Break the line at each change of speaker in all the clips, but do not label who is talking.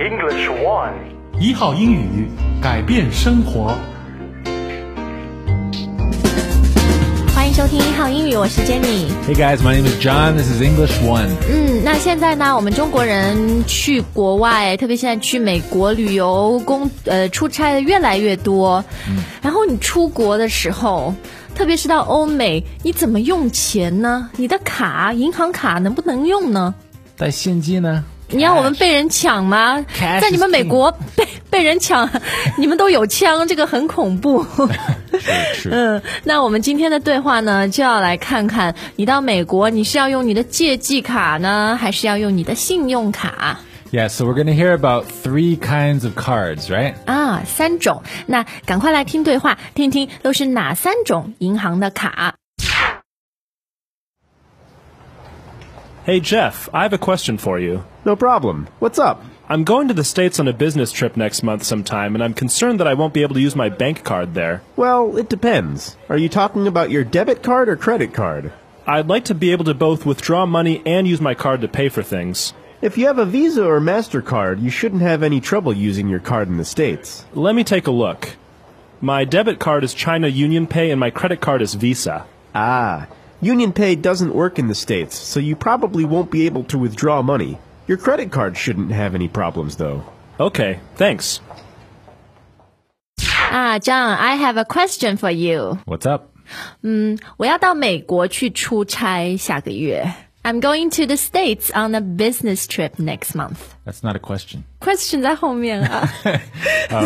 English One。
一号英语改变生活。
欢迎收听一号英语，我是 Jenny。
Hey guys, my name is John. This is English One.
嗯，那现在呢，我们中国人去国外，特别现在去美国旅游、工呃出差的越来越多。
嗯
然后你出国的时候，特别是到欧美，你怎么用钱呢？你的卡，银行卡能不能用呢？
带现金呢？
你让 我们被人抢吗
Cash
在你们
is
美
king
国被被人抢， 你们都有枪，这个很恐怖。
是
嗯，那我们今天的对话呢，就要来看看你到美国，你是要用你的借记卡呢，还是要用你的信用卡
Yeah, so we're going to hear about three kinds of cards, right?
啊？三种，那赶快来听对话，听听都是哪三种银行的卡。
Hey Jeff, I have a question for you.
No problem. What's up?
I'm going to the States on a business trip next month sometime, and I'm concerned that I won't be able to use my bank card there.
Well, it depends. Are you talking about your debit card or credit card?
I'd like to be able to both withdraw money and use my card to pay for things.
If you have a Visa or MasterCard, you shouldn't have any trouble using your card in the States.
Let me take a look. My debit card is China Union Pay, and my credit card is Visa.
Ah, UnionPay doesn't work in the States, so you probably won't be able to withdraw money. Your credit card shouldn't have any problems, though.
Okay, thanks.
啊，John，I have a question for you。
What's up?
我要到美国去出差，下个月。I'm going to the States on a business trip next month.
That's not a question.
question 在后面啊。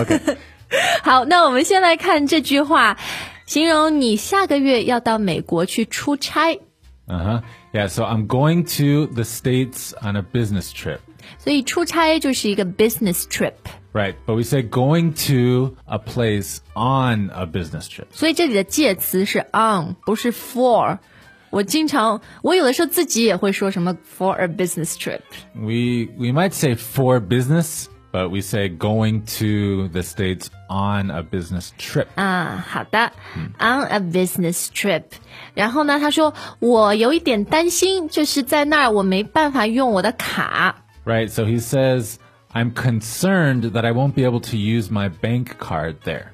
好，那我们先来看这句话，形容你下个月要到美国去出差，
Uh huh. Yeah, so I'm going to the States on a business trip.
所以出差就是一个 business trip。
Right, but we say going to a place on a business trip.
所以这里的介词是 on，不是 for。我经常，我有的时候自己也会说什么 for a business trip。
We we might say for business, but we say going to the States on a business trip.
啊，好的，on a business trip。然后呢，他说我有一点担心，就是在那儿我没办法用我的卡。
Right, so he says, I'm concerned that I won't be able to use my bank card there.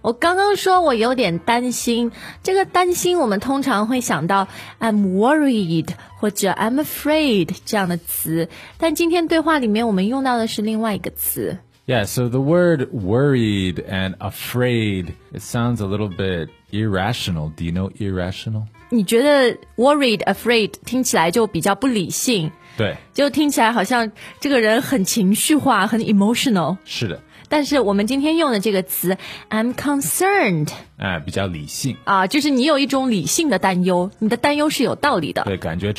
我刚刚说我有点担心，这个担心我们通常会想到 I'm worried 或者 I'm afraid 这样的词，但今天对话里面我们用到的是另外一个词。
Yeah, so the word worried and afraid, it sounds a little bit irrational. Do you know irrational?
你觉得 worried、afraid 听起来就比较不理性，就听起来好像这个人很情绪化、很 emotional。但是我们今天用的这个词 I'm concerned
对，是的，啊，比较理性，对，感觉成熟一点。
啊，就是你有一种理性的担忧，你的担忧是有道理的。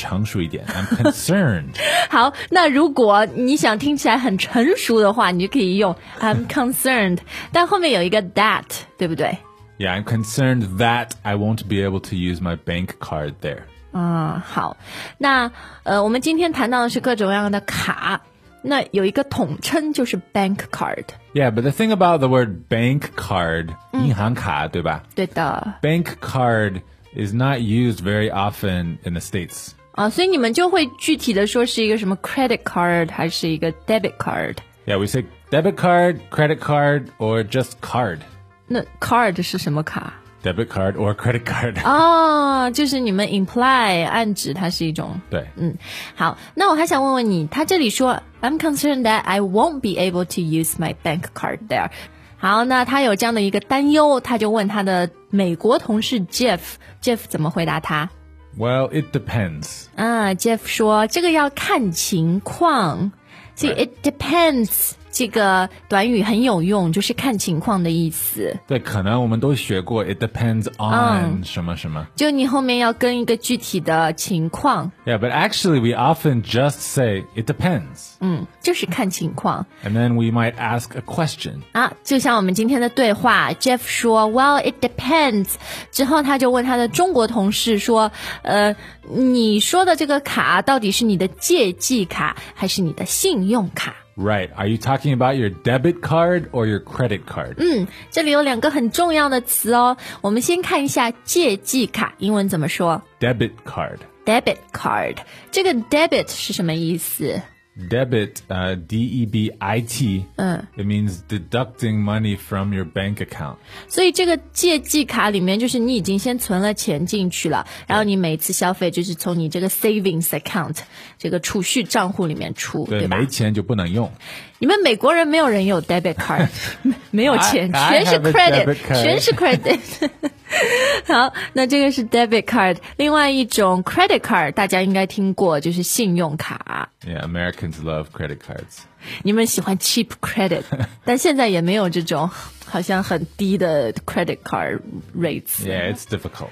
I'm concerned.
好，那如果你想听起来很成熟的话，你就可以用 I'm concerned，但后面有一个 that，对不对？
yeah, I'm concerned that I won't be able to use my bank card there.
嗯，好，那呃，我们今天谈到的是各种各样的卡，那有一个统称就是 bank card，
Yeah, but the thing about the word bank card, 银行卡，对吧？
对的
bank card is not used very often in the States.
啊，所以你们就会具体的说是一个什么 credit card 还是一个 debit card？
Yeah, we say debit card, credit card, or just card.
那 card 是什么卡？
Debit card or credit card.
Ah. 哦，就是你们 imply 暗指它是一种嗯，好，那我还想问问你，他这里说 I'm concerned that I won't be able to use my bank card there。好，那他有这样的一个担忧，他就问他的美国同事 Jeff，Jeff 怎么回答他？
Well, it depends.
啊，Jeff 说这个要看情况，所以 it depends 这个短语很有用，就是看情况的意思。
对，可能我们都学过 it depends on 什么什么。
就你后面要跟一个具体的情况，
Yeah, but actually we often just say it depends.
嗯，就是看情况。
And then we might ask a question.
啊，就像我们今天的对话，Jeff 说，Well, it depends。之后他就问他的中国同事说，呃，你说的这个卡到底是你的借记卡还是你的信用卡？
Right. Are you talking about your debit card or your credit card?
这里有两个很重要的词哦，我们先看一下借记卡英文怎么说
Debit card.
，debit card。这个 debit 是什么意思？
Debit, uh, D E B I T, it means deducting money from your bank account.
所以这个借记卡里面，就是你已经先存了钱进去了，然后你每次消费就是从你这个 savings account 这个储蓄账户里面出，对吧？
对，没钱就不能用。
你们美国人没有人有 debit card，没没有钱，
I- I
全是
have a
credit，
debit card
全是 credit。好，那这个是 debit card，另外一种 credit card 大家应该听过，就是信用卡。
Yeah, Americans love credit cards.
你们喜欢 cheap credit，但现在也没有这种好像很低的 credit card rates。
Yeah, it's difficult.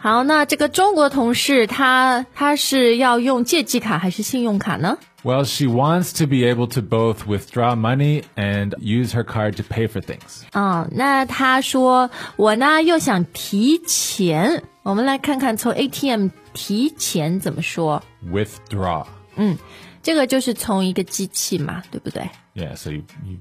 好，那这个中国同事他他是要用借记卡还是信用卡呢？
Well, she wants to be able to both withdraw money and use her card to pay for things.
嗯，那他说我呢又想提钱，我们来看看从 ATM 提钱怎么说。
Withdraw.
这个就是从一个机器嘛，对不对？
Yeah, so you, you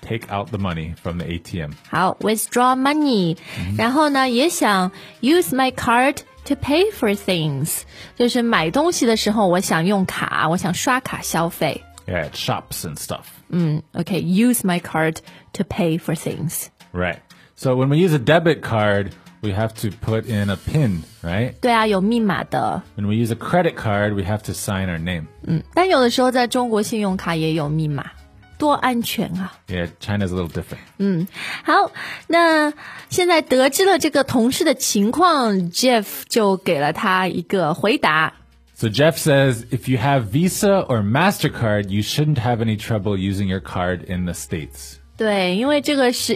take out the money from the ATM.
好，withdraw money，、然后呢，也想 use my card to pay for things，就是买东西的时候，我想用卡，我想刷卡消费。
Yeah, at shops and stuff.
OK，use、my card to pay for things。
Right. So when we use a debit card, we have to put in a PIN, right?
对啊，有密码的，
When we use a credit card, we have to sign our name.
但有的时候在中国信用卡也有密码，多安全啊！
Yeah, China's a little different.
好，那现在得知了这个同事的情况，Jeff 就给了他一个回答。
So Jeff says if you have Visa or MasterCard, you shouldn't have any trouble using your card in the States.
对，因为这个是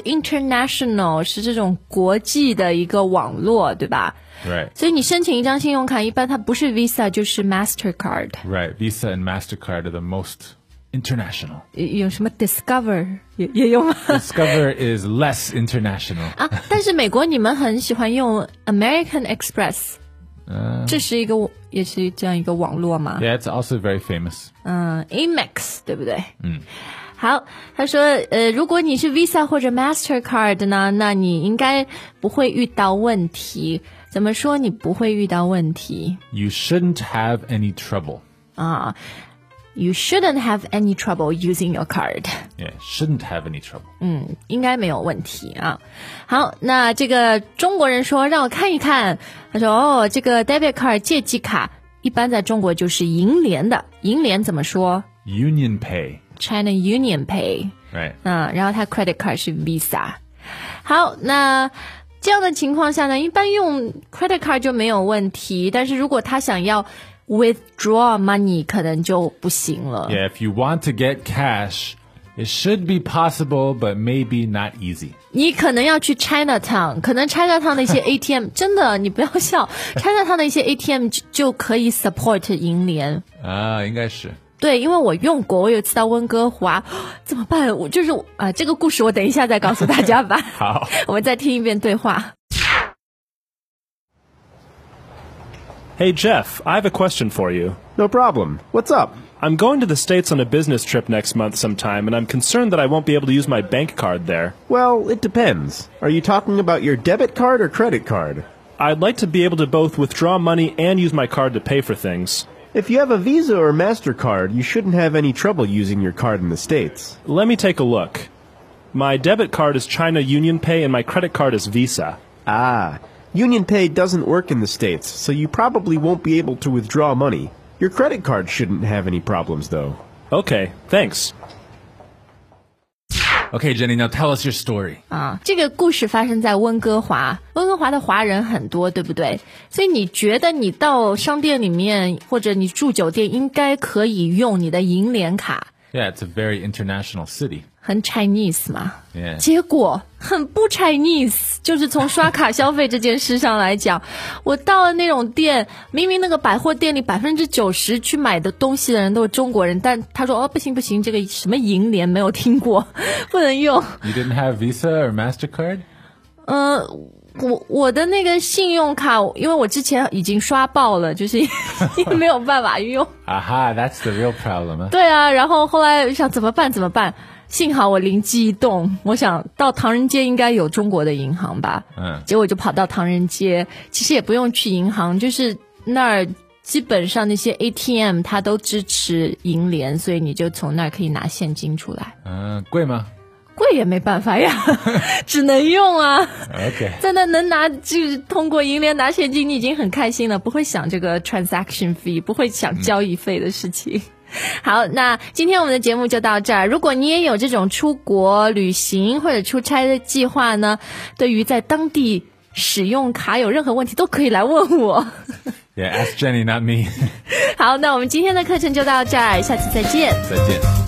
international，是这种国际的一个网络，对吧？
Right.
所以你申请一张信用卡，一般它不是 Visa 就是 Mastercard，
Right. Visa and MasterCard are the most international.
有有什么 Discover 也也有吗？
Discover is less international.
啊，但是美国你们很喜欢用 American Express，、这是一个也是这样一个网络嘛？
Yeah, it's also very famous.
嗯，Amex 对不对？嗯。好，他说，呃，如果你是 Visa 或者 Mastercard 呢，那你应该不会遇到问题。怎么说你不会遇到问题
You shouldn't have any trouble.
啊？You shouldn't have any trouble using your card，
Yeah, shouldn't have any trouble.
应该没有问题啊。好，那这个中国人说让我看一看，他说哦，这个 debit card 借记卡一般在中国就是银联的，银联怎么说
Union pay.
？China Union Pay。
Right.
嗯，然后它 credit card 是 Visa。好，那这样的情况下呢，一般用 credit card 就没有问题，但是如果他想要 withdraw money，可能就不行了。
Yeah, if you want to get cash, it should be possible, but maybe not easy.
你可能要去 Chinatown，可能 Chinatown 的一些 ATM 真的，你不要笑，Chinatown 的一些 ATM 就就可以 support 银联。
Ah, 应该是。
对，因为我用过，我有一次到温哥华， 怎么办？我就是啊、这个故事我等一下再告诉大家吧。
好，
我们再听一遍对话。
Hey, Jeff, I have a question for you.
No problem. What's up?
I'm going to the States on a business trip next month sometime, and I'm concerned that I won't be able to use my bank card there.
Well, it depends. Are you talking about your debit card or credit card?
I'd like to be able to both withdraw money and use my card to pay for things.
If you have a Visa or MasterCard, you shouldn't have any trouble using your card in the States.
Let me take a look. My debit card is China Union Pay, and my credit card is Visa.
Ah, UnionPay doesn't work in the States, so you probably won't be able to withdraw money. Your credit card shouldn't have any problems, though.
Okay, thanks.
Okay, Jenny, now tell us your story.
啊，这个故事发生在温哥华，温哥华的华人很多，对不对？所以你觉得你到商店里面或者你住酒店，应该可以用你的银联卡，
Yeah, it's a very international city.
很 Chinese 嘛
Yeah.
结果很不 Chinese，就是从刷卡消费这件事上来讲， 我到了那种店，明明那个百货店里百分之九十去买的东西的人都是中国人，但他说哦不行不行，这个什么银联没有听过， 不能用。
You didn't have Visa or MasterCard?
呃，我我的那个信用卡，因为我之前已经刷爆了，就是 也没有办法用。
Aha, that's the real problem. huh?
对啊，然后后来想怎么办？怎么办？幸好我灵机一动，我想到唐人街应该有中国的银行吧。
嗯
结果就跑到唐人街，其实也不用去银行，就是那儿基本上那些 ATM 它都支持银联，所以你就从那儿可以拿现金出来。
嗯，贵吗
贵也没办法呀， 只能用啊。
？Okay.
在那能拿就是通过银联拿现金，你已经很开心了，不会想这个 transaction fee，不会想交易费的事情。 好，那今天我们的节目就到这儿。如果你也有这种出国旅行或者出差的计划呢，对于在当地使用卡有任何问题，都可以来问我。
Yeah, ask Jenny, not me.
好，那我们今天的课程就到这儿，下次再见。
再见。